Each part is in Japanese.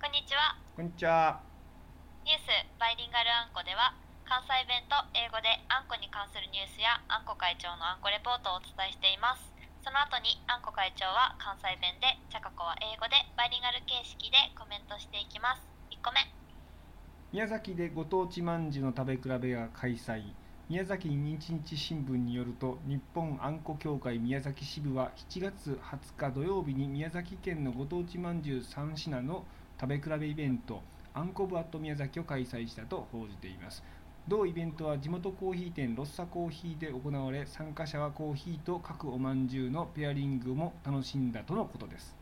こんにちは。ニュースバイリンガルあんこでは関西弁と英語であんこに関するニュースやあんこ会長のあんこレポートをお伝えしていますその後にあんこ会長は関西弁でチャカ子は英語でバイリンガル形式でコメントしていきます1個目宮崎でご当地まんじゅうの食べ比べが開催。宮崎日日新聞によると日本あんこ協会宮崎支部は7月20日土曜日に宮崎県のご当地まんじゅう3品の食べ比べイベントあんこぶアット宮崎を開催したと報じています同イベントは地元コーヒー店ロッサコーヒーで行われ参加者はコーヒーと各おまんじゅうのペアリングも楽しんだとのことです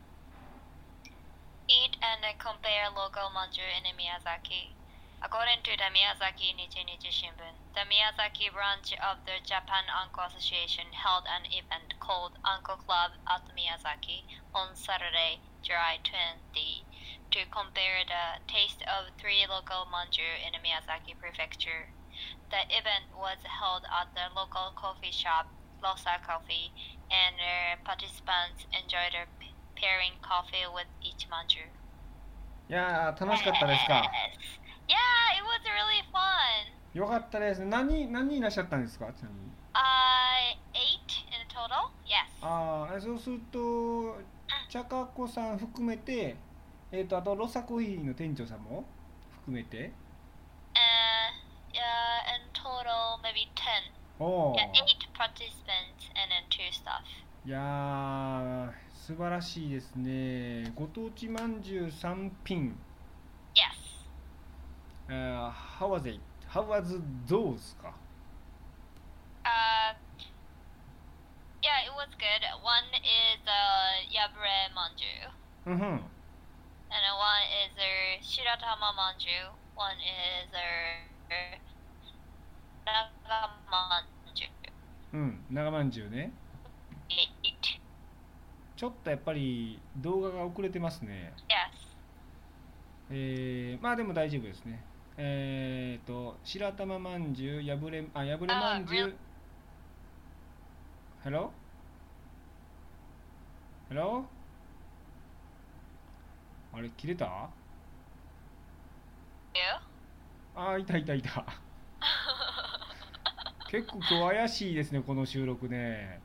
Eat and compare local manju in Miyazaki According to the Miyazaki Nichinichi Shimbun, the Miyazaki branch of the Japan Anko Association held an event called Anko Club at Miyazaki on Saturday, July 20, to compare the taste of three local manju in Miyazaki Prefecture. The event was held at the local coffee shop, Losa Coffee, and uh, participants enjoyed uh, p- pairing coffee with each manju. いやー楽しかったですか Yes. Yeah, it was really fun. よかったです何何人いらっしゃったんですかちなみに Uh, eight in total. Yes. ああそうするとチャカ子さん含めてえっ、とあとロサコーヒーの店長さんも含めて Uh, yeah, in total maybe ten. おお Yeah, eight participants and then two staff. いやー素晴らしいですねご当地まんじゅう3品 Yes. あー How was it? How was those か Uh, yeah, it was good. One is uh yabre manju, うんふん and then one is uh, shiratama manju. One is uh, naga manju. うん長まんじゅうね Eight. ちょっとやっぱり動画が遅れてますね Yes. えー、まあでも大丈夫ですね。えー、と、白玉まんじゅう、やぶれ、あ、やぶれまあーんじゅう real-。 Hello? Hello? あれ、切れた You? あー、いたいたい た。結構今日怪しいですね、この収録ね。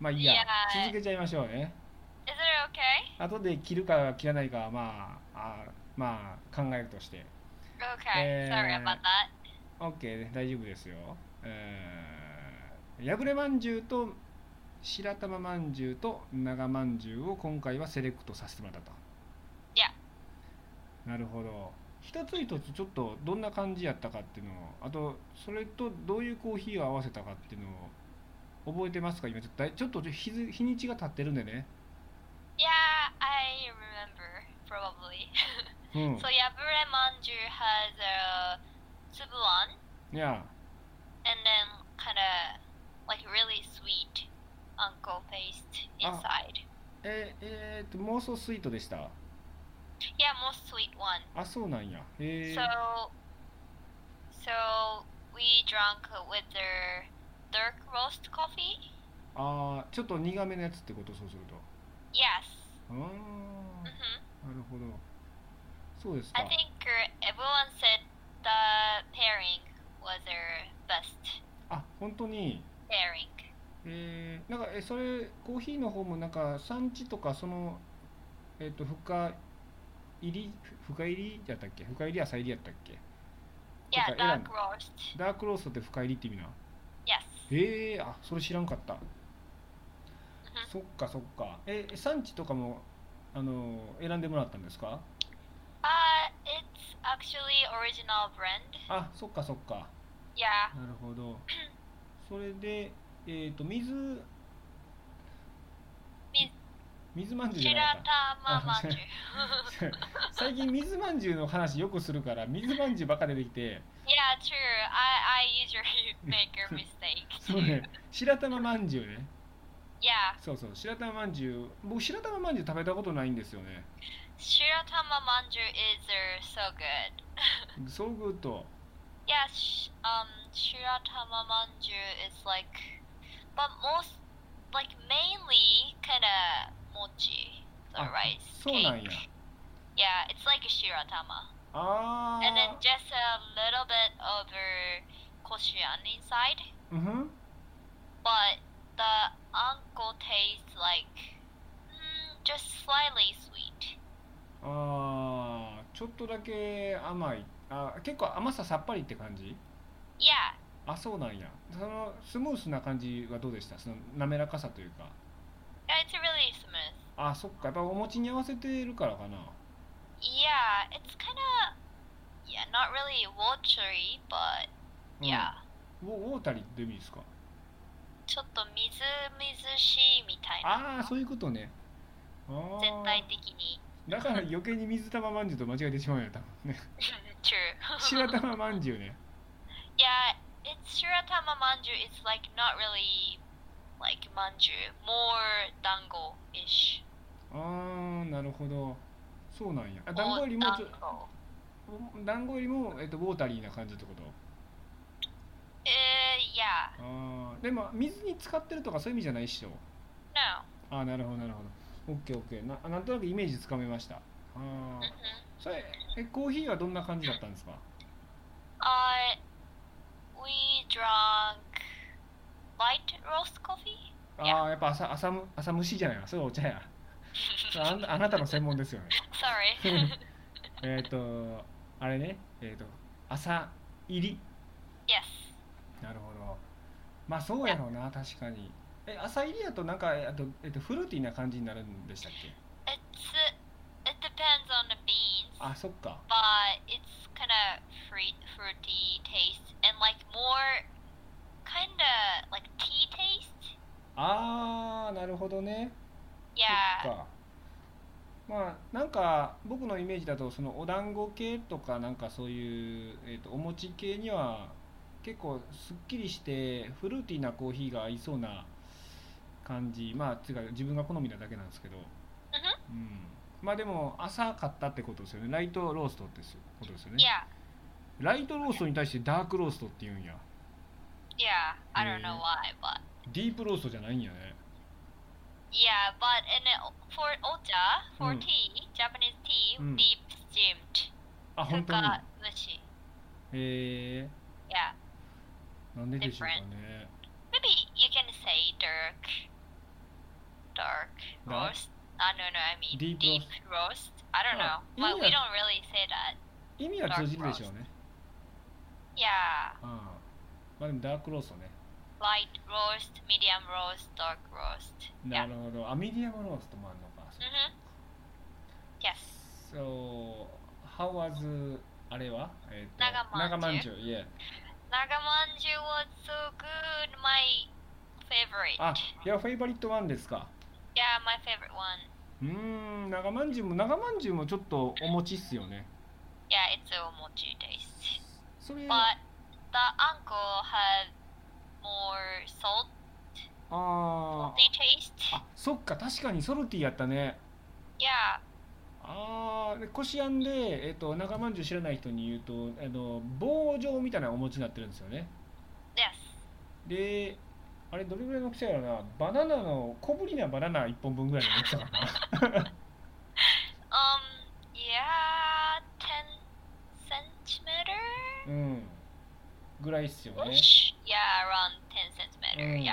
まあいいやいや、ー続けちゃいましょうね。 Is it okay? 後で切るか切らないかは、まあ、あーまあ、考えるとして。 Okay, sorry Eh, about that. オッケーね大丈夫ですよ。えー、やぶれまんじゅうと白玉まんじゅうと長まんじゅうを今回はセレクトさせてもらったと。いやなるほど。一つ一つちょっとどんな感じやったかっていうのをあとそれとどういうコーヒーを合わせたかっていうのを覚えてますか今ちょっとだいちょっと日付日にちが経ってるんでね。 Yeah, I remember probably. うん。 so Yabure Manju has a tsubuan いや and then kind of like really sweet uncle paste Ah. inside. えーえーっと妄想スイートでした。 Yeah, most sweet one. あそうなんや。へえ So so we drank with their dark roast coffee. あーちょっと苦めのやつってことそうすると。 Yes. ああ、 hmm なるほど。そうです I か。 think uh, everyone said the pairing was their best あ、本当に。 pairing. えー、なんか、え、それ、コーヒーの方も、なんか、産地とか、その。えっ、と、深入り、深入りやったっけ、深入り浅入りやったっけ。 Yeah, Okay, dark Ilan. roast. ダークローストって深入りって意味な。 Yes. ええー、あ、それ知らんかった。 Mhm. そっか、そっか。え、産地とかも、あの、選んでもらったんですか。 Uh, it's actually original brand. あ、そっか、そっか。 Yeah. なるほど。それで、えっ、と、水。水水まんじゅうじゃなかっ Shiratama た。Ah, manju. 最近水まんじゅうの話よくするから水まんじゅうばっか出てきて yeah, true. I I usually make a mistake. そう、ね、白玉まんじゅうね Yeah, そうそう白玉まんじゅう僕白玉まんじゅう食べたことないんですよね Shiratama manju is uh, so good. そうぐっと Yeah, sh- um, Shiratama manju is like, but most like mainly kind of mochi, the あ rice そうなん cake. や Yeah, it's like a shiratama. あ and then あ。 just a little bit over Koshian inside. うんふん。 But the uncle tastes like mm, just slightly sweet. ああ、ちょっとだけ甘い。あ、結構甘ささっぱりって感じ Yeah, あ、そうなんや。そのスムースな感じはどうでしたその滑らかさというか。 it's really smooth. あ、そっか。やっぱお餅に合わせてるからかな。 Yeah, it's kind of yeah, not really watery, but うん yeah, ウォウォータリーって意味ですかちょっとみずみずしいみたいああなそういうことねあ全体あ的に だから余計に水玉まんじゅうと間違えてしまうんや多分ね true 白玉まんじゅうね yeah it's shiratama manju it's like not really like manju more dango ish ああなるほどそうなんやあ or 団子よりもちょ dango 団子よりも、えっと、ウォータリーな感じってことえ Uh, yeah ああでも水に使ってるとかそういう意味じゃないっしょ no ああなるほどなるほどオッケーオッケーなあなんとなくイメージつかめましたああ Mhm. それえコーヒーはどんな感じだったんですか uh we drank light roast coffee いやああやっぱ朝朝む朝蒸しじゃないのそれお茶やあんあなたの専門ですよね sorry えっとあれねえっ、と朝入り yes なるほどまあそうやろうな確かにえ朝入りやとなんかえあと、えっとフルーティーな感じになるんでしたっけ It's uh, it depends on the beans, あそっか but it's kind of fruit fruity taste and like more kind of like tea taste. あーなるほどねそっ Yeah. かまあなんか僕のイメージだとそのお団子系とかなんかそういう、えっとお餅系には結構すっきりしてフルーティーなコーヒーが合いそうな感じまあつうか自分が好みなだけなんですけど、うん、まあでも朝買ったってことですよねライトローストってことですよね Yeah. ライトローストに対してダークローストって言うんや Yeah. I don't know why, Yeah. but ディープローストじゃないんやね yeah. But in it, for ocha, for Mm. tea, Japanese tea, Mm. deep steamed. あ本当に Kuka mushi. へえ Yeah. なんででしょうかね Maybe you can say dark, dark Dark? roast. I don't know. I mean Deep deep, roast. I don't Ah, know. But we yeah. don't really say that. 意味は通じるでしょうね Yeah, うんまあでもダークローストね light roast, medium roast, dark roast. な Yeah. るほどあミディアムローストもあるのか Mhm. Yes. So how was あれはえっと長饅頭長まんじゅう yeah Nagamanju was so good. My favorite. あ Your favorite one ですか Yeah, my favorite one. うーん長まんじゅうも長まんじゅうもちょっとお餅っすよね Yeah, it's a mochi taste. それ But the uncle had more salt, あ salty taste. ーあそっか確かにソルティやったね Yeah. ああでこしあんで、えっと長まんじゅう知らない人に言うとあの棒状みたいなお餅になってるんですよね Yes. であれどれぐらいの大きさやろなバナナの小ぶりなバナナ1本分ぐらいの大きさかな Um. Yeah, ten centimeter. うんぐらいっすよね、 ish. Yeah, around 10う centimeter. ん Yeah.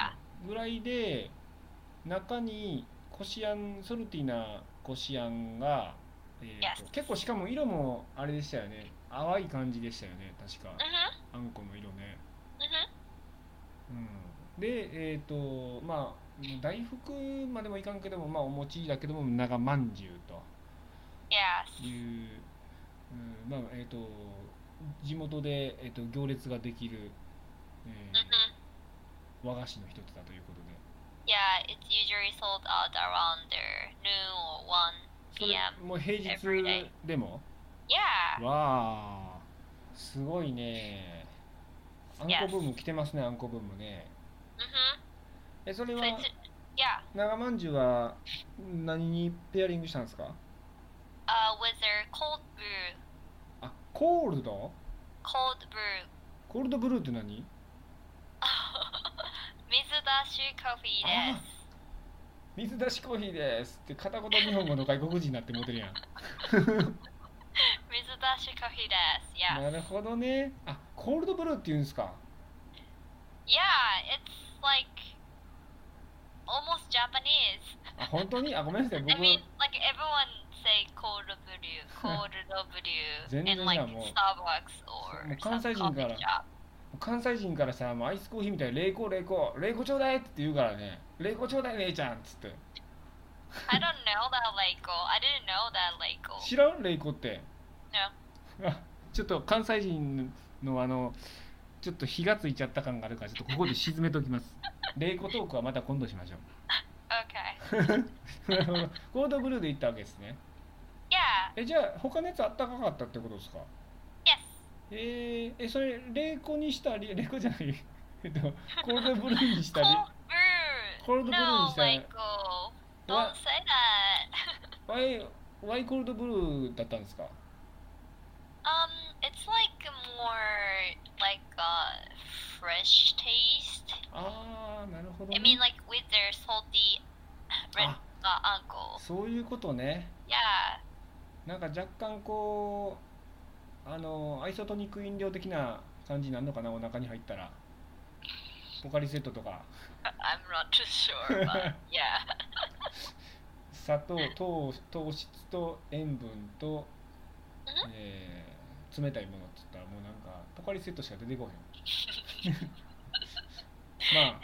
ぐらいで中にこしあんソルティなこしあんが、えーと Yes. 結構しかも色もあれでしたよね淡い感じでしたよね確か Mhm. あんこの色ね Mhm. うんでえっ、とまあ大福までもいかんけどもまあお餅だけども長まんじゅうと Yes. いう、うんまあえー、と地元で、えー、と行列ができる、えー Mhm. 和菓子の一つだということで Yeah, it's usually sold out around there noon or one それ p.m. もう平日 everyday でも Yeah. わあすごいねあん Yes. こブーム来てますねあんこブームね Mhm. えそれ So は it's yeah. 長まんじゅうは何にペアリングしたんですか Uh, with their cold brew, あコールド cold brew. コールドブルーって何 Mizudashi coffee Ah. desu. 水出しコーヒーですって片言日本語の外国人になってモテるやん Mizudashi しいコーヒーです。Yes. なるほどねあコールドブルーっていうんですか Yeah, it's like almost Japanese. あ本当にあごめんなさい僕 I mean, like everyone say cold brew, cold brew, 全 in 然 like じゃあもう Starbucks or もう some 関西人 coffee から shop. 関西人からさもうアイスコーヒーみたいに「冷凍冷凍冷凍ちょうだい」って言うからね「冷凍ちょうだい姉ちゃん」っつって I don't know that Leiko. I didn't know that Leiko. 知らん冷凍って No. あ ちょっと関西人のあのちょっと火がついちゃった感があるからちょっとここで沈めと きます冷凍トークはまた今度しましょう Okay. なるほど コールドブルーで行ったわけですね Yeah. えじゃあ他のやつあったかかったってことですか Yes. えー、えそれ冷凍にしたり冷凍じゃない えっとコールドブルー にしたり Cold brew. Cold brew No, にしたり。 Leiko. Don't What? say that. ワイワイコールドブルーだったんですか Um, it's like more like a fresh taste. ああなるほど、ね I mean, like with their salty Ah. red あ uh, uncle. そういうことね Yeah. なんか若干こうあのアイソトニック飲料的な感じになるのかなお腹に入ったらポカリセットとか I'm not too sure, but yeah. 砂糖糖糖質と塩分と、えー冷たいものっつったらもうなんかポカリセットしか出てこへんま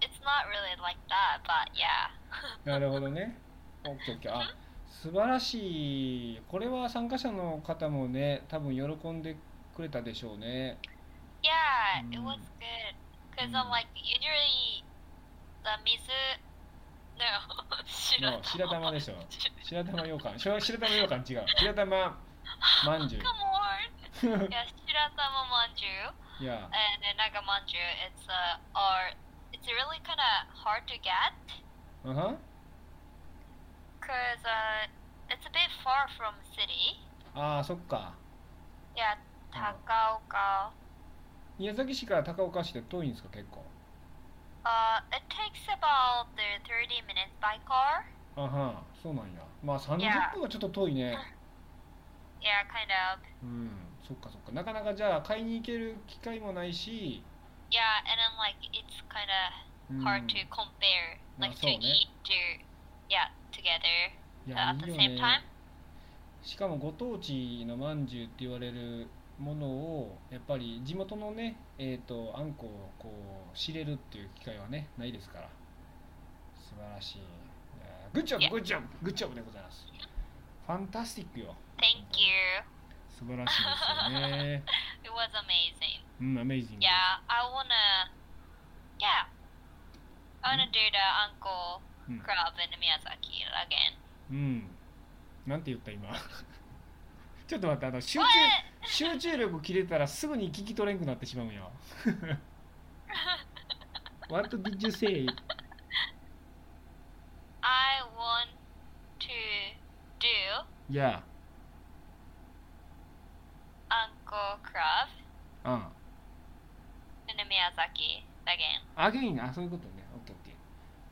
It's not really like that, but yeah. あなるほどねオッケーオッケーあ素晴らしいこれは参加者の方もね多分喜んでくれたでしょうね Yeah, it Mm. was good. Because Mm. I'm like, usually the mizu. No, もう shiratama. 白玉でしょ白玉羊羹しょ白玉羊羹違う白玉まんじ ゅ Come on. う yeah, shiratama manju. い And や then naga manju, it's, uh, are, it's really kind of hard to get. うんはん Because uh, it's a bit far from city. ああそっか Yeah, Takaoka. 宮崎市から高岡市って遠いんですか結構 Uh, it takes about uh, 30 minutes by car. あはんそうなんやまあいや30分はちょっと遠いね Yeah, kind of. うんそっかそっかなかなかじゃあ買いに行ける機会もないし、 Yeah, and then like it's kind of うん hard to compare, Ah, like to so, ne. eat to, yeah, together uh, いや at いい the よ same ね time. しかもご当地のまんじゅうって言われるものをやっぱり地元のねえー、とあんこをこう知れるっていう機会はねないですから素晴らしいいやーグッジョブグッジョブグッジョブでございますファンタスティックよ Thank you. 素晴らしいですよね It was amazing. うんアメイジング Yeah, I wanna, yeah, I wanna do the uncle Mm. crab in Miyazaki again. うんなんて言った今 ちょっと待ってあの集中 What? 集中力切れたらすぐに聞き取れんくなってしまうんよ What did you say? I want to do Yeah. uncle crab うん。 in Miyazaki again. アゲイン、あ、そういうことね。オッケーオッケ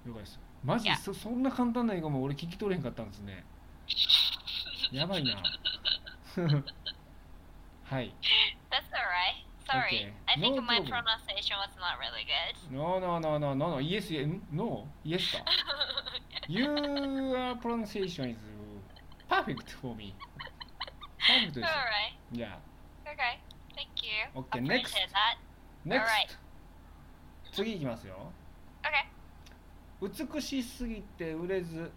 ー。了解です。マジいやそそんな簡単な英語も俺聞き取れへんかったんですね。やばいな。はい。 That's alright. Sorry. Okay. I think No my problem. pronunciation was not really good. No, no, no, no, no, no. Yes, yes. No? Yes か。Your pronunciation is perfect for me. Perfect です。 alright. Yeah. Okay. Thank you. Okay, next. Appreciate that. Next. Alright. 次いきますよ。 Okay. 美しすぎて売れず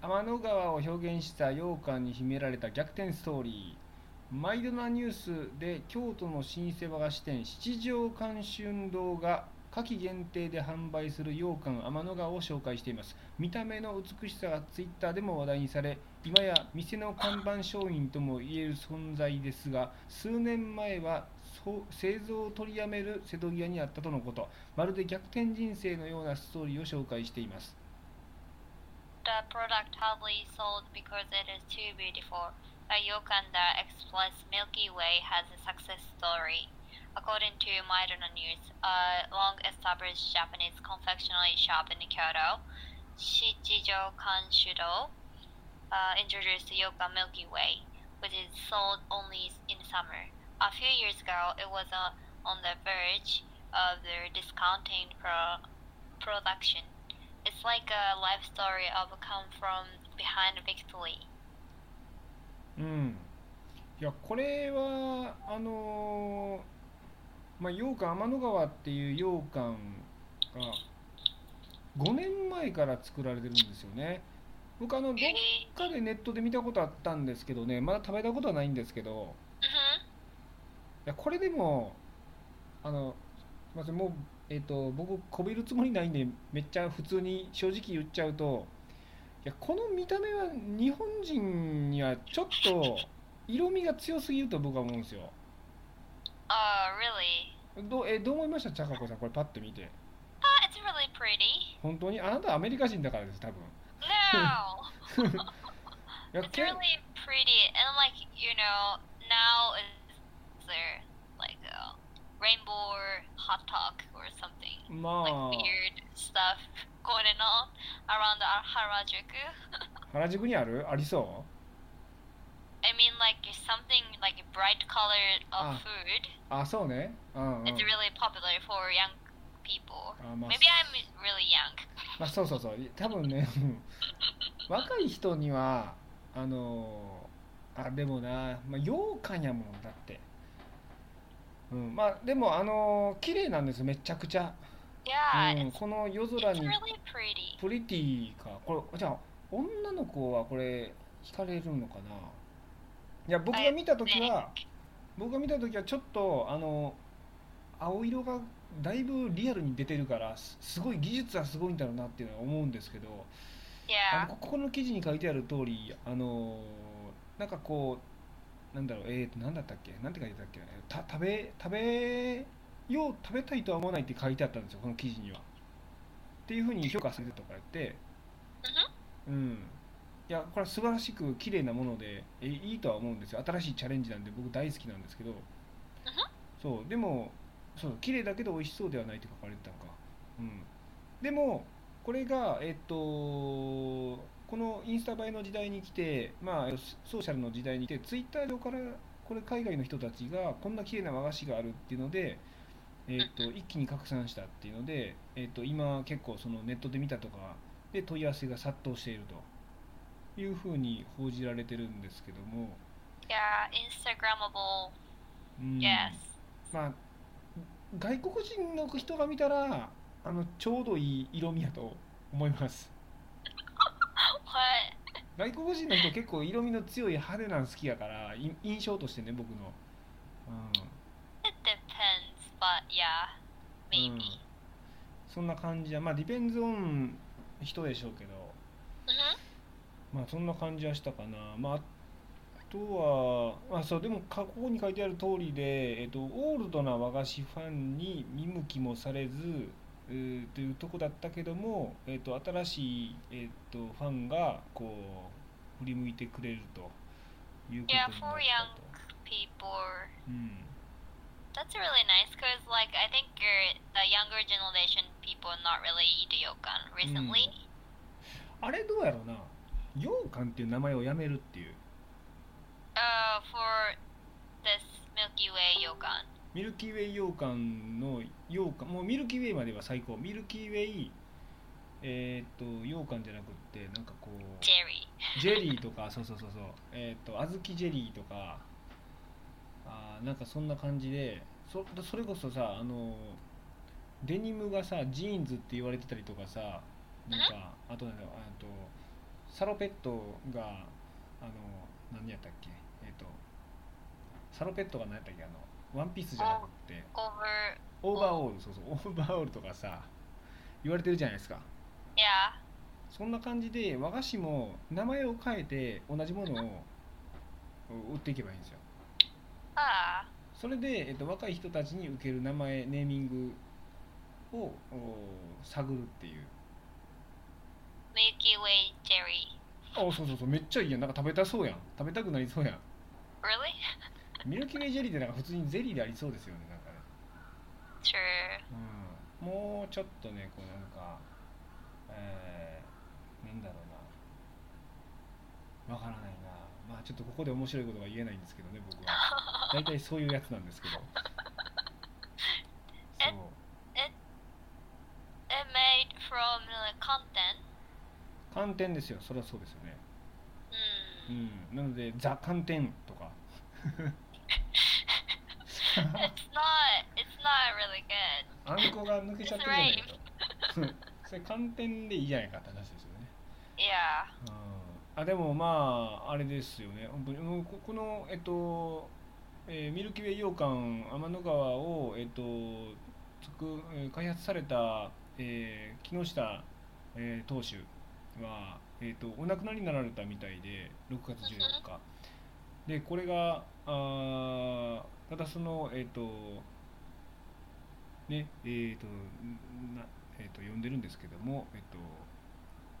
天の川を表現した羊羹に秘められた逆転ストーリー毎度なニュースで京都の老舗和菓子店七条関春堂が夏季限定で販売する羊羹天の川を紹介しています見た目の美しさがツイッターでも話題にされ今や店の看板商品ともいえる存在ですが数年前はそう製造を取りやめる瀬戸際にあったとのことまるで逆転人生のようなストーリーを紹介しています The product hardly sold because it is too beautiful. A Yokanda Express Milky Way has a success story. According to Maidana News, a long established Japanese confectionery shop in Kyoto, Shichijo Kanshudo, uh, introduced Yoka Milky Way, which is sold only in summer. A few years ago, it was uh, on the verge of their discounting pro- production. It's like a life story of come from behind victory. うんいやこれはあのーまあ羊羹天の川っていう羊羹が5年前から作られてるんですよね僕あのどっ Eh, かでネットで見たことあったんですけどねまだ食べたことはないんですけど mhm. いやこれでもあのすいませんもうえっ、と僕こびるつもりないんでめっちゃ普通に正直言っちゃうといやこの見た目は日本人にはちょっと色味が強すぎると僕は思うんですよ Oh, really? どうえどう思いましたチャカ子さんこれパッと見て Ah, it's really pretty. 本当にあなたアメリカ人だからです多分 No, いや it's け really pretty, and like you know, now is there like a rainbow hot dog or something? ま like あ weird stuff going on around the Harajuku. 原宿にあるありそう I mean, like something like bright color Ah. Oh. of food. あそうねうん、うん It's really popular for young people. あまあ Maybe I'm really young. まあ、そうそうそう多分ね若い人にはあのーあでもな、まあ、羊羹やもんだって、うん、まあでもあのー綺麗なんですめちゃくちゃ、 Yeah, うん、 it's, この夜空 it's に really pretty. プリティかこれじゃあ女の子はこれ惹かれるのかないや僕が見た時は僕が見た時はちょっとあの青色がだいぶリアルに出てるからすすごい技術はすごいんだろうなっていうのは思うんですけどあ Yeah. のここの記事に書いてある通りあのーなんかこうなんだろうえー、となんだったっけなんて書いてたっけえーた食べ食べよう食べたいとは思わないって書いてあったんですよこの記事には。っていうふうに評価されてとか言ってうんいやこれは素晴らしく綺麗なものでえいいとは思うんですよ新しいチャレンジなんで僕大好きなんですけどそうでもそう綺麗だけど美味しそうではないって書かれてたのか。うん、でもこれが、えっと、このインスタ映えの時代に来て、まあ、ソーシャルの時代に来てツイッター上からこれ海外の人たちがこんな綺麗な和菓子があるっていうので、えっと、一気に拡散したっていうので、えっと、今結構そのネットで見たとかで問い合わせが殺到しているというふうに報じられてるんですけども、 Yeah, Instagrammable. うん Yes. まあ、外国人の人が見たらあのちょうどいい色味やと思います。Oh, What? 外国人の人結構色味の強い派手なの好きやからい印象としてね僕の、う It depends, but yeah, んうん maybe. そんな感じはまあディペンズオン人でしょうけど Mhm. まあそんな感じはしたかなまああとはあそうでもかここに書いてある通りで、えっと、オールドな和菓子ファンに見向きもされず、えーというとこだったけども、えっと、新しい、えっと、ファンがこう振り向いてくれるということにな Yeah, った for と。 young people. うん、 That's really nice because, like, I think your the younger generation people not really eat ryokan recently. あれどうやろうな羊羹っていう名前をやめるっていう Uh, for this Milky Way ryokan. ミルキーウェイ羊羹の羊羹もうミルキーウェイまでは最高ミルキーウェイえーっと羊羹じゃなくってなんかこう Jerry. ジェリーとかそうそうそうそうえーっと小豆ジェリーとかあーなんかそんな感じでそそれこそさあのデニムがさジーンズって言われてたりとかさなんかあとなんだろうあとサロペットがあの何やったっけえっとサロペットが何やったっけあのワンピースじゃなくって Over. オーバーオールそうそうオーバーオールとかさ言われてるじゃないですか Yeah. そんな感じで和菓子も名前を変えて同じも のを売っていけばいいんですよ Ah. それで、えっと、若い人たちに受ける名前ネーミングをお探るっていう Milky Way Jerry. あそうそうそうめっちゃいいやんなんか食べたそうやん食べたくなりそうやん Really? ミルキーウェイジェリーってなんか普通にゼリーでありそうですよねなんかね Sure. うんもうちょっとねこうなんかえー、なんだろうなわからないなまあちょっとここで面白いことは言えないんですけどね僕は大体そういうやつなんですけどえそう It made from the content. 寒天ですよそりゃそうですよね Hmm. うんなのでザ寒天とか It's not. It's not really good. あんこが抜けちゃってるじゃないかとそれ寒天でいいじゃないかって話ですよね Yeah. うんあでもまああれですよね本当にもうここのえっと、えーミルキーウェイ羊羹天の川をえっとつくえー開発された、えー木下、えー当主は、えっとお亡くなりになられたみたいで6月14日でこれがあーただそのえっ、とねえっ、となえっ、と呼んでるんですけどもえっ、と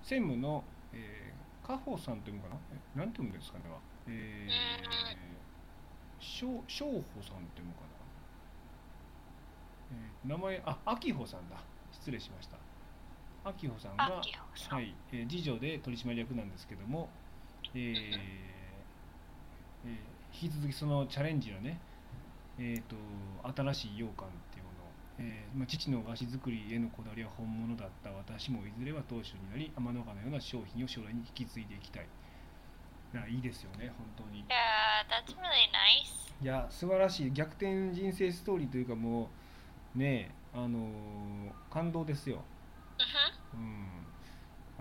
専務の、えー、カホさんっていうのかなえなんて読むんですかねはえーしょうしょうほさんっていうのかな、えー名前ああきほさんだ失礼しましたあきほさんが Akio さん。はうん。い、えー次女で取締役なんですけども、えーえー引き続きそのチャレンジのね、えー、と新しい羊羹っていうものを、えーまあ、父の菓子作りへのこだわりは本物だった私もいずれは当主になり天の川のような商品を将来に引き継いでいきたいなあいいですよね本当に Yeah, that's really nice. いや素晴らしい逆転人生ストーリーというかもうねえあのー感動ですよ Mhm. うん、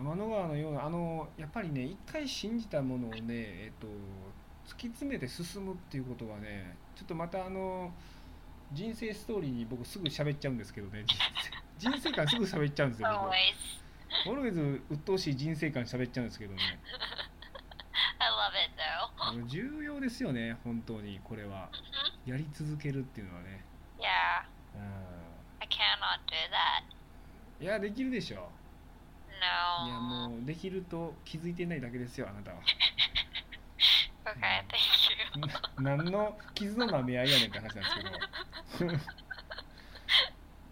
天の川のようなあのやっぱりね一回信じたものをね、えっと突き詰めて進むっていうことはねちょっとまたあの人生ストーリーに僕すぐ喋っちゃうんですけどね人生人生観すぐ喋っちゃうんですよ Always. 僕オルウェズ鬱陶しい人生観喋っちゃうんですけどね I love it though. あの重要ですよね本当にこれは Mhm. やり続けるっていうのはね Yeah. う I cannot do that. んいやできるでしょ No. いやもうできると気づいてないだけですよあなたは Okay, thank you. な何の傷の舐め合いやねんって話なんですけど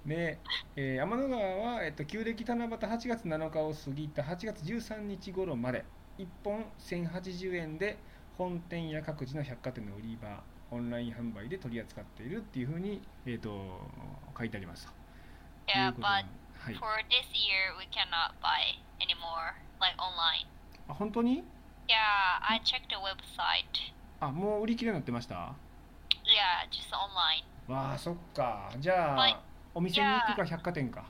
で、えー天の川は、えっと、旧暦七夕8月7日を過ぎた8月13日頃まで1本1080円で本店や各自の百貨店の売り場オンライン販売で取り扱っているっていうふうに、えー、と書いてありますとい Yeah, うことなん but はい、 for this year we cannot buy anymore, like online. あ本当に Yeah, I checked the website. あもう売り切れになってました Yeah, just online. わあそっかじゃはいあお店に行くか百貨店か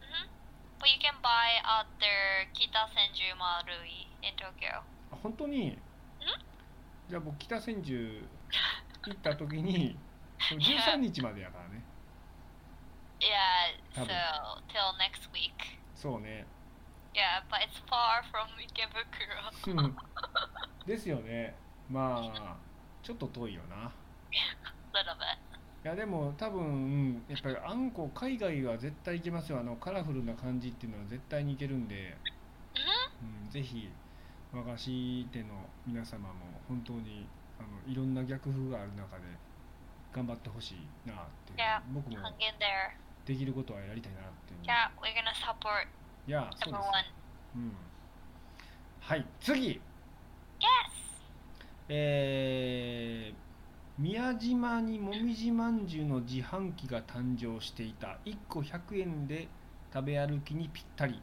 Mhm. But you can buy at the Kita Senju Marui in Tokyo. あ本当にじゃあ僕北千住行った時にでも13日までやからね Yeah, Probably. so till next week. そうね Yeah, but it's far from Ikebukuro. うんですよねまあちょっと遠いよな little bit. いやでも多分うんやっぱりあんこ海外は絶対行けますよあのカラフルな感じっていうのは絶対に行けるんで、うん、ぜひ和菓子店の皆様も本当にあのいろんな逆風がある中で頑張ってほしいなっていういや僕も Hang in there. できることはやりたいなっていう。 Yeah, we're gonna support いや、そうで everyone. す。うん。はい、次、 Yes! えー宮島にもみじまんじゅうの自販機が誕生していた。1個100円で食べ歩きにぴったり。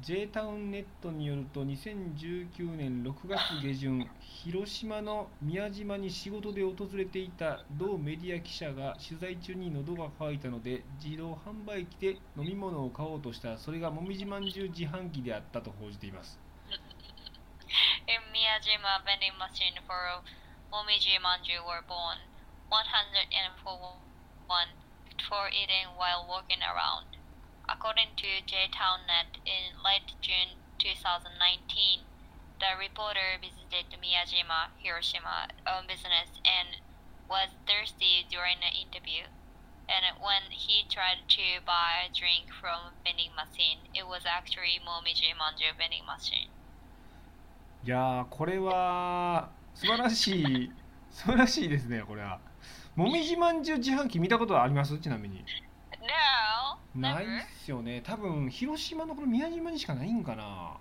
J タウンネットによると2019年6月下旬広島の宮島に仕事で訪れていた同メディア記者が取材中に喉が渇いたので自動販売機で飲み物を買おうとしたそれがもみじまんじゅう自販機であったと報じています In Miyajima vending machine for Momiji Manju were born. 141 for eating while walking around. According to JTownNet, in late June 2019, the reporter visited Miyajima, Hiroshima, on business and was thirsty during the interview. And when he tried to buy a drink from vending machine, it was actually Momiji Manju vending machine. いやーこれは素晴らしい素晴らしいですねこれはもみじまんじゅう自販機見たことはありますちなみに No, ない never. っすよね多分広島のこの宮島にしかないんかな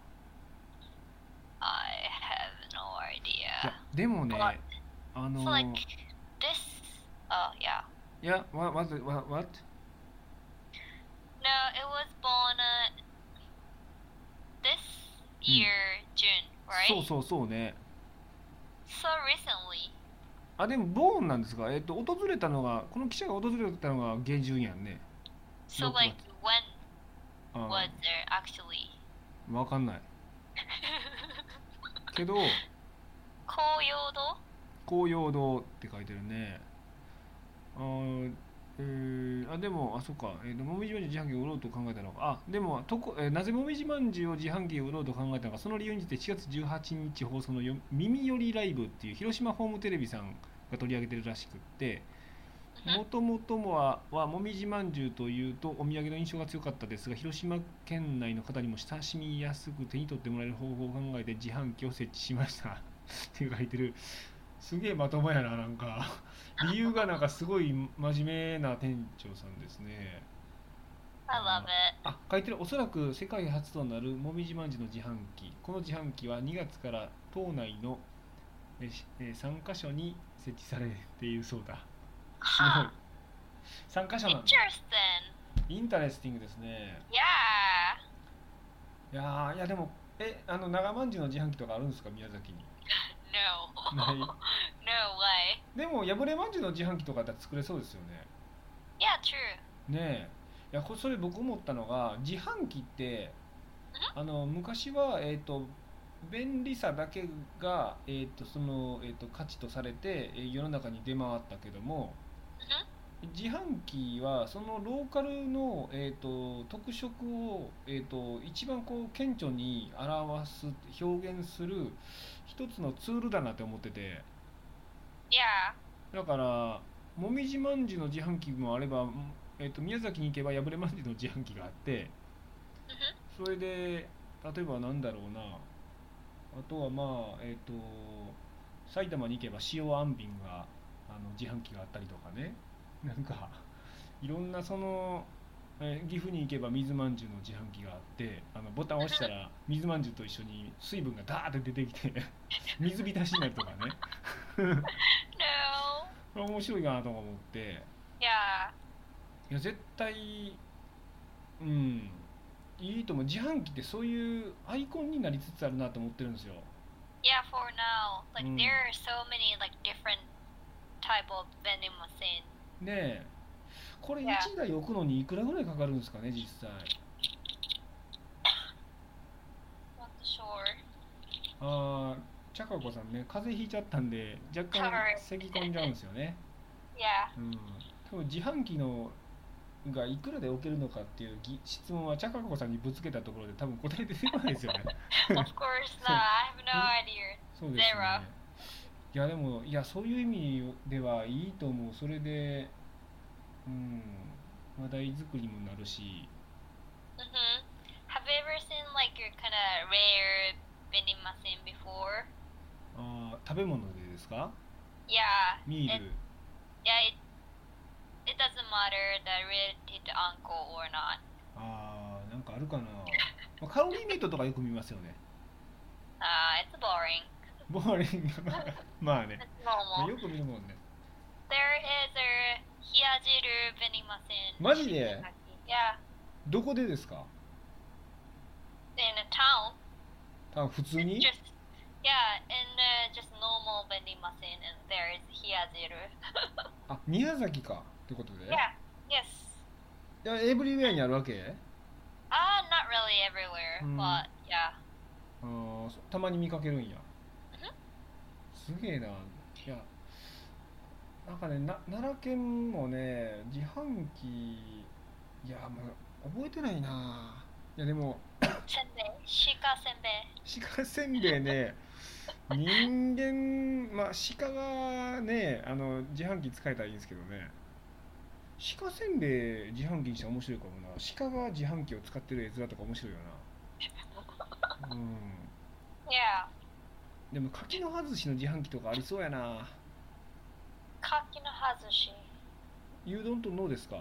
I have no いや idea. でもねああの So like this. Oh yeah. いやわわずわ what No, it was born uh, this Hmm. year June, そう right? そうそうね So recently. あでもボーンなんですかえっと訪れたのがこの記者が訪れたのが下旬やんね So Look like when あ was there actually? わかんないけど紅葉堂？紅葉堂って書いてるねあーえーあでもあそっか、えーと、もみじまんじゅう自販機を売ろうと考えたのかあでもとこ、えーなぜもみじまんじゅうを自販機を売ろうと考えたのかその理由について4月18日放送のよ「耳よりライブ」っていう広島ホームテレビさんが取り上げてるらしくっても Mhm. ともとははもみじまんじゅうというとお土産の印象が強かったですが広島県内の方にも親しみやすく手に取ってもらえる方法を考えて自販機を設置しましたって書いてるすげえまともやななん か理由がなんかすごい真面目な店長さんですね I love it. あ書いてるおそらく世界初となるもみじまんじゅうの自販機この自販機は2月から島内のえしえ3カ所に設置されているそうだ Huh. 3カ所なんだ Interesting. インタレスティングですね Yeah. いやーいやでもえあの長まんじゅうの自販機とかあるんですか宮崎に No. ない no way. でも破れまんじゅうの自販機とかだって作れそうですよね Yeah, true. ねえいやこそれ僕思ったのが自販機ってあの昔は、えー、と便利さだけが、えーとそのえー、と価値とされてえー世の中に出回ったけども自販機はそのローカルの、えー、と特色を、えー、と一番こう顕著に表す表現する一つのツールだなって思ってて。 Yeah. だからもみじまんじゅうの自販機もあれば、えっと宮崎に行けば破れまんじゅうの自販機があってそれで例えばなんだろうなあとはまあえっ、と埼玉に行けば塩あんびんがあの自販機があったりとかねなんかいろんなその、えー岐阜に行けば水まんじゅうの自販機があってあのボタンを押したら水まんじゅうと一緒に水分がダーって出てきて水浸しになるとかね No. これ面白いなとか思って。 Yeah. いや絶対うんいいと思う自販機ってそういうアイコンになりつつあるなと思ってるんですよ Yeah, for now. Like Mm. there are so many like different type of vending machine. ねえこれいや1台置くのにいくらぐらいかかるんですかね実際 Not sure. ああチャカ子さんね風邪ひいちゃったんで若干はい咳込んじゃうんですよね Yeah. うん多分自販機のがいくらで置けるのかっていうぎ質問はチャカ子さんにぶつけたところで多分答え出てこないですよね of course not. I have no Mm. idea. そうですねゼロ。いやでもいやそういう意味ではいいと思う。それで、うん、話題作りにもなるし、 Mhm. Have you ever seen like your kind of rare vending machine before? あー食べ物でですか？ Yeah. ミー It, ル。 yeah. It. It doesn't matter the related to uncle or not. ああなんかあるかな。まあカロリーメイトとかよく見ますよね。 Uh, it's boring. ボーリング。まあね。 It's ま normal. あよく見るもんね。 There is a hiyajiru vending machine. マジで Yeah, どこでですか？ in a town. あ普通に？ Just yeah, in uh, just normal vending machine, and there is hiyajiru. あ宮崎かってことで。 Yeah. Yes. いやエブリウェアにあるわけ？ Uh, not really everywhere, Mm. but yeah. あーそたまに見かけるんやうんすげえないやなんかねな奈良県もね自販機いやもう覚えてないないやでも Senbei, shika senbei. 鹿せんべ いね人間まあ鹿がねあの自販機使えたらいいんですけどね鹿せんべい自販機にしたら面白いかもな鹿が自販機を使ってる絵面とか面白いよ なうん Yeah. でも柿の葉寿司の自販機とかありそうやな Kaki no hazushi. 牛丼とノーですか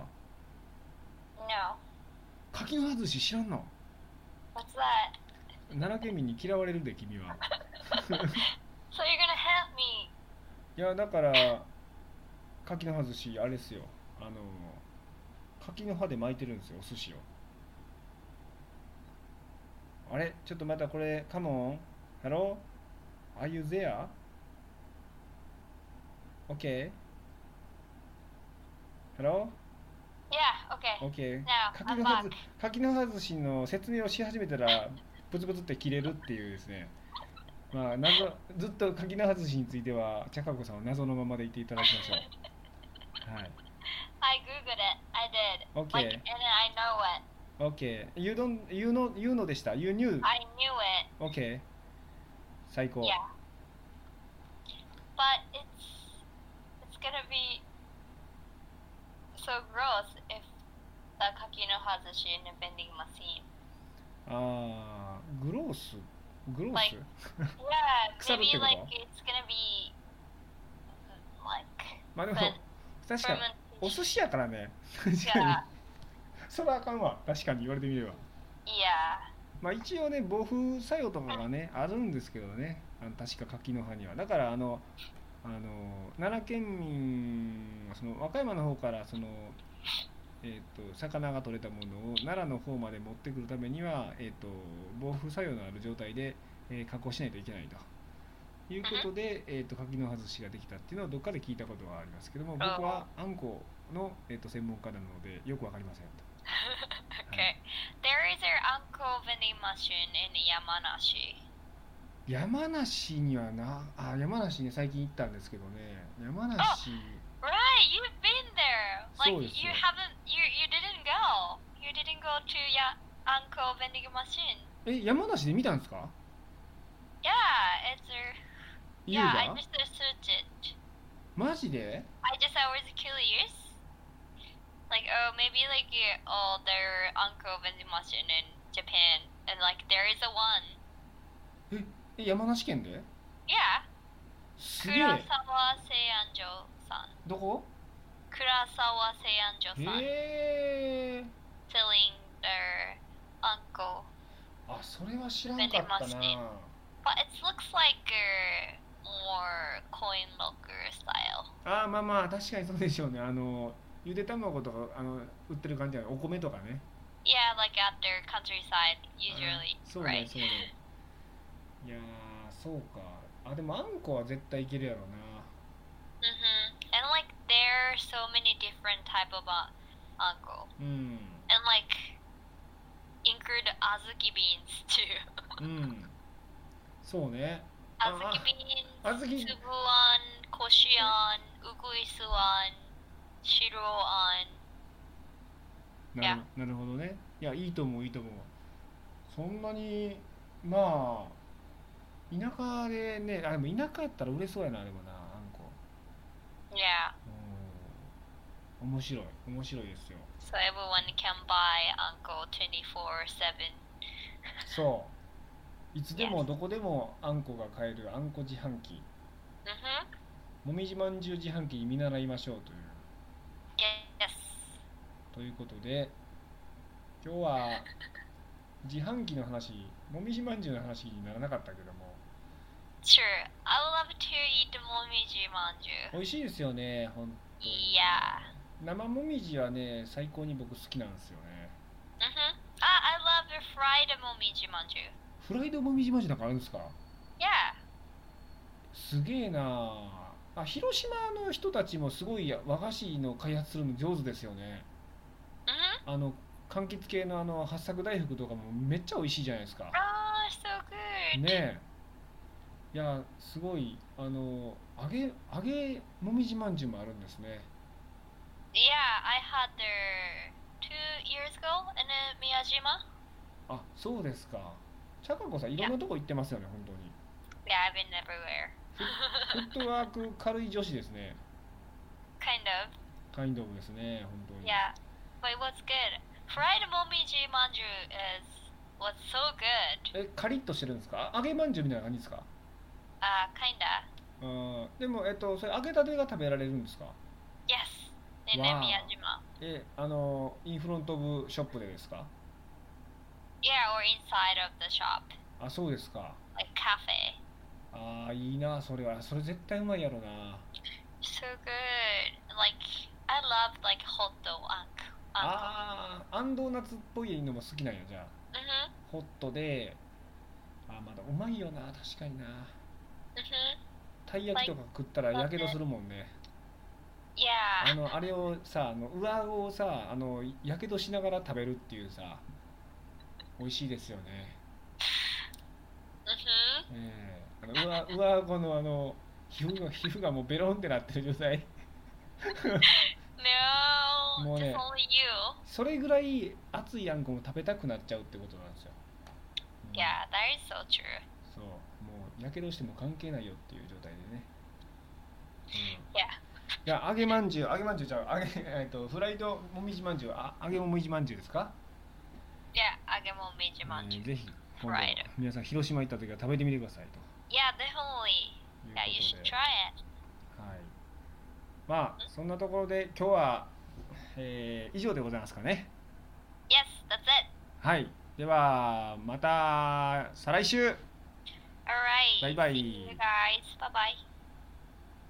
No. 柿の葉寿司知らんの What's that? 奈良県民に嫌われるで君は So you're gonna help me いやだから柿の葉寿司あれですよあの柿の葉で巻いてるんですよお寿司をあれちょっとまたこれカモンハロー Are you there? OK? ハロ Yeah, okay. ー ?OK? Now, 柿 I'm の葉 back. ず柿の葉寿司の説明をし始めたらブツブツって切れるっていうですねまあ謎ずっと柿の葉寿司については茶かこさんは謎のままでいていただきましょうはい I googled it. I did. Like, OK and then I know it. OK you don't you know you know でした you knew I knew it. OK 最高 Yeah. But it's it's gonna be so gross if the kaki no hazushi in a vending machine. あーグロースグロース Like- Yeah, maybe 腐るってこと？ like it's gonna be mm, like まあでも ferment- 確かに fermentation. お寿司やからね確か に Yeah, それはあかんわ確かに言われてみれば yeah, まあ一応ね防風作用とかがねあるんですけどねあの確か柿の葉にはだからあのあの奈良県民はその和歌山の方からその、えー、と魚が取れたものを奈良の方まで持ってくるためには、えー、と防風作用のある状態で、えー加工しないといけないと。いうことで、えー、と柿の葉寿司ができたっていうのはどっかで聞いたことはありますけども僕はあんこの、えー、と専門家なのでよくわかりませんと。 okay. There is an uncle vending machine in Yamanashi. 山梨にはなあ山梨ね最近行ったんですけどね山梨 Right, you've been there. Like そうです you よ haven't, you you didn't go. You didn't go to ya uncle vending machine. え山梨で見たんですか Yeah, it's a, 優 yeah. I 雅 just searched it. マジで I just I was curious. Like oh maybe like yeah, oh there are uncle vending machine in Japan and like there is a one. え山梨県で Yeah, すげえ Kurasawa Seianjo san. どこ Kurasawa Seianjo san へえ selling their uncle. あそれは知らんかった山な梨 But it looks like uh, more coin locker style. あーまあまあ確かにそうでしょうねあのゆで卵とかあの売ってる感じじゃないお米とかね Yeah, like at their countryside usually, うんそうね right? そうねいやーそうかあでもあんこは絶対いけるやろうな Mhm. And like there are so many different type of uh, uncle, うん and like include azuki beans too. うんそうね Ah, azuki ah. beans, Azuki- tsubuan, koshian, uguisuan, shiroan. なるなるほどねいやいいと思ういいと思うそんなにまあ田舎でねあでも田舎やったら売れそうやなでもなあんこ Yeah, うん面白い面白いですよ so everyone can buy uncle twenty four seven. そういつでもどこでもあんこが買えるあんこ自販機 Mhm. もみじまんじゅう自販機に見習いましょうという Yes. ということで今日は自販機の話もみじまんじゅうの話にならなかったけども Sure. I would love to eat the momiji manju. 美味しいですよね本当に Yeah. 生もみじはね最高に僕好きなんですよね Mhm. Ah, I love the fried momiji manju. フライドもみじまんじゅうなんかあるんですか Yeah. すげえなああ広島の人たちもすごい和菓子の開発するの上手ですよね Mhm. あの柑橘系のあの八作大福とかもめっちゃ美味しいじゃないですか Oh, so good. ねえいやすごいあの揚げ揚げもみじまんじゅうもあるんですね Yeah, I had there two years ago in uh, Miyajima. あそうですか茶香子さんいろんなとこ行ってますよね本当に Yeah, I've been everywhere. フットワーク軽い女子ですね Kind of. カインドオブですね本当に Yeah. But it was good. Fried momiji manju is was so good. えカリッとしてるんですか揚げまんじゅうみたいな感じですか Uh, kinda. あーでも、えっと、それ揚げたてが食べられるんですか Yes. In uh, Wow. Miyajima. えあのインフロント・オブ・ショップでですか Yeah, or inside of the shop. あそうですか like cafe. あああいいなそれはそれ絶対うまいやろな So good. Like I love like hot dog anko. Ah. あああんドーナツっぽいのも好きなんやじゃあ Mhm. ホットであーまだうまいよな確かにな Mhm. たい焼きとか食ったらやけどするもんねあ Yeah. のあれをさあの上顎をさあのやけどしながら食べるっていうさ美味しいですよね Mhm. ええあの上 上顎のあの皮膚の皮膚がもうベロンってなってる状態 No. もうね。 Just only you. それぐらい熱いあんこも食べたくなっちゃうってことなんですよ、うん Yeah, that is so true. そうもうやけどしても関係ないよっていう状態でね、うん、 Yeah. いや揚げまんじゅう揚げまんじゅうじゃあ揚げ、えっとフライドもみじまんじゅうあ揚げもみじまんじゅうですか Yeah, agemomeji えー manju. ぜひ今度 Fried 皆さん広島行った時は食べてみてくださいと Yeah, definitely. いう Yeah, you こ should とで、 try it. はい、まあそんなところで今日は、えー以上でございますかね Yes, that's it. はいではまた再来週 All right. Bye-bye. See you guys. Bye bye.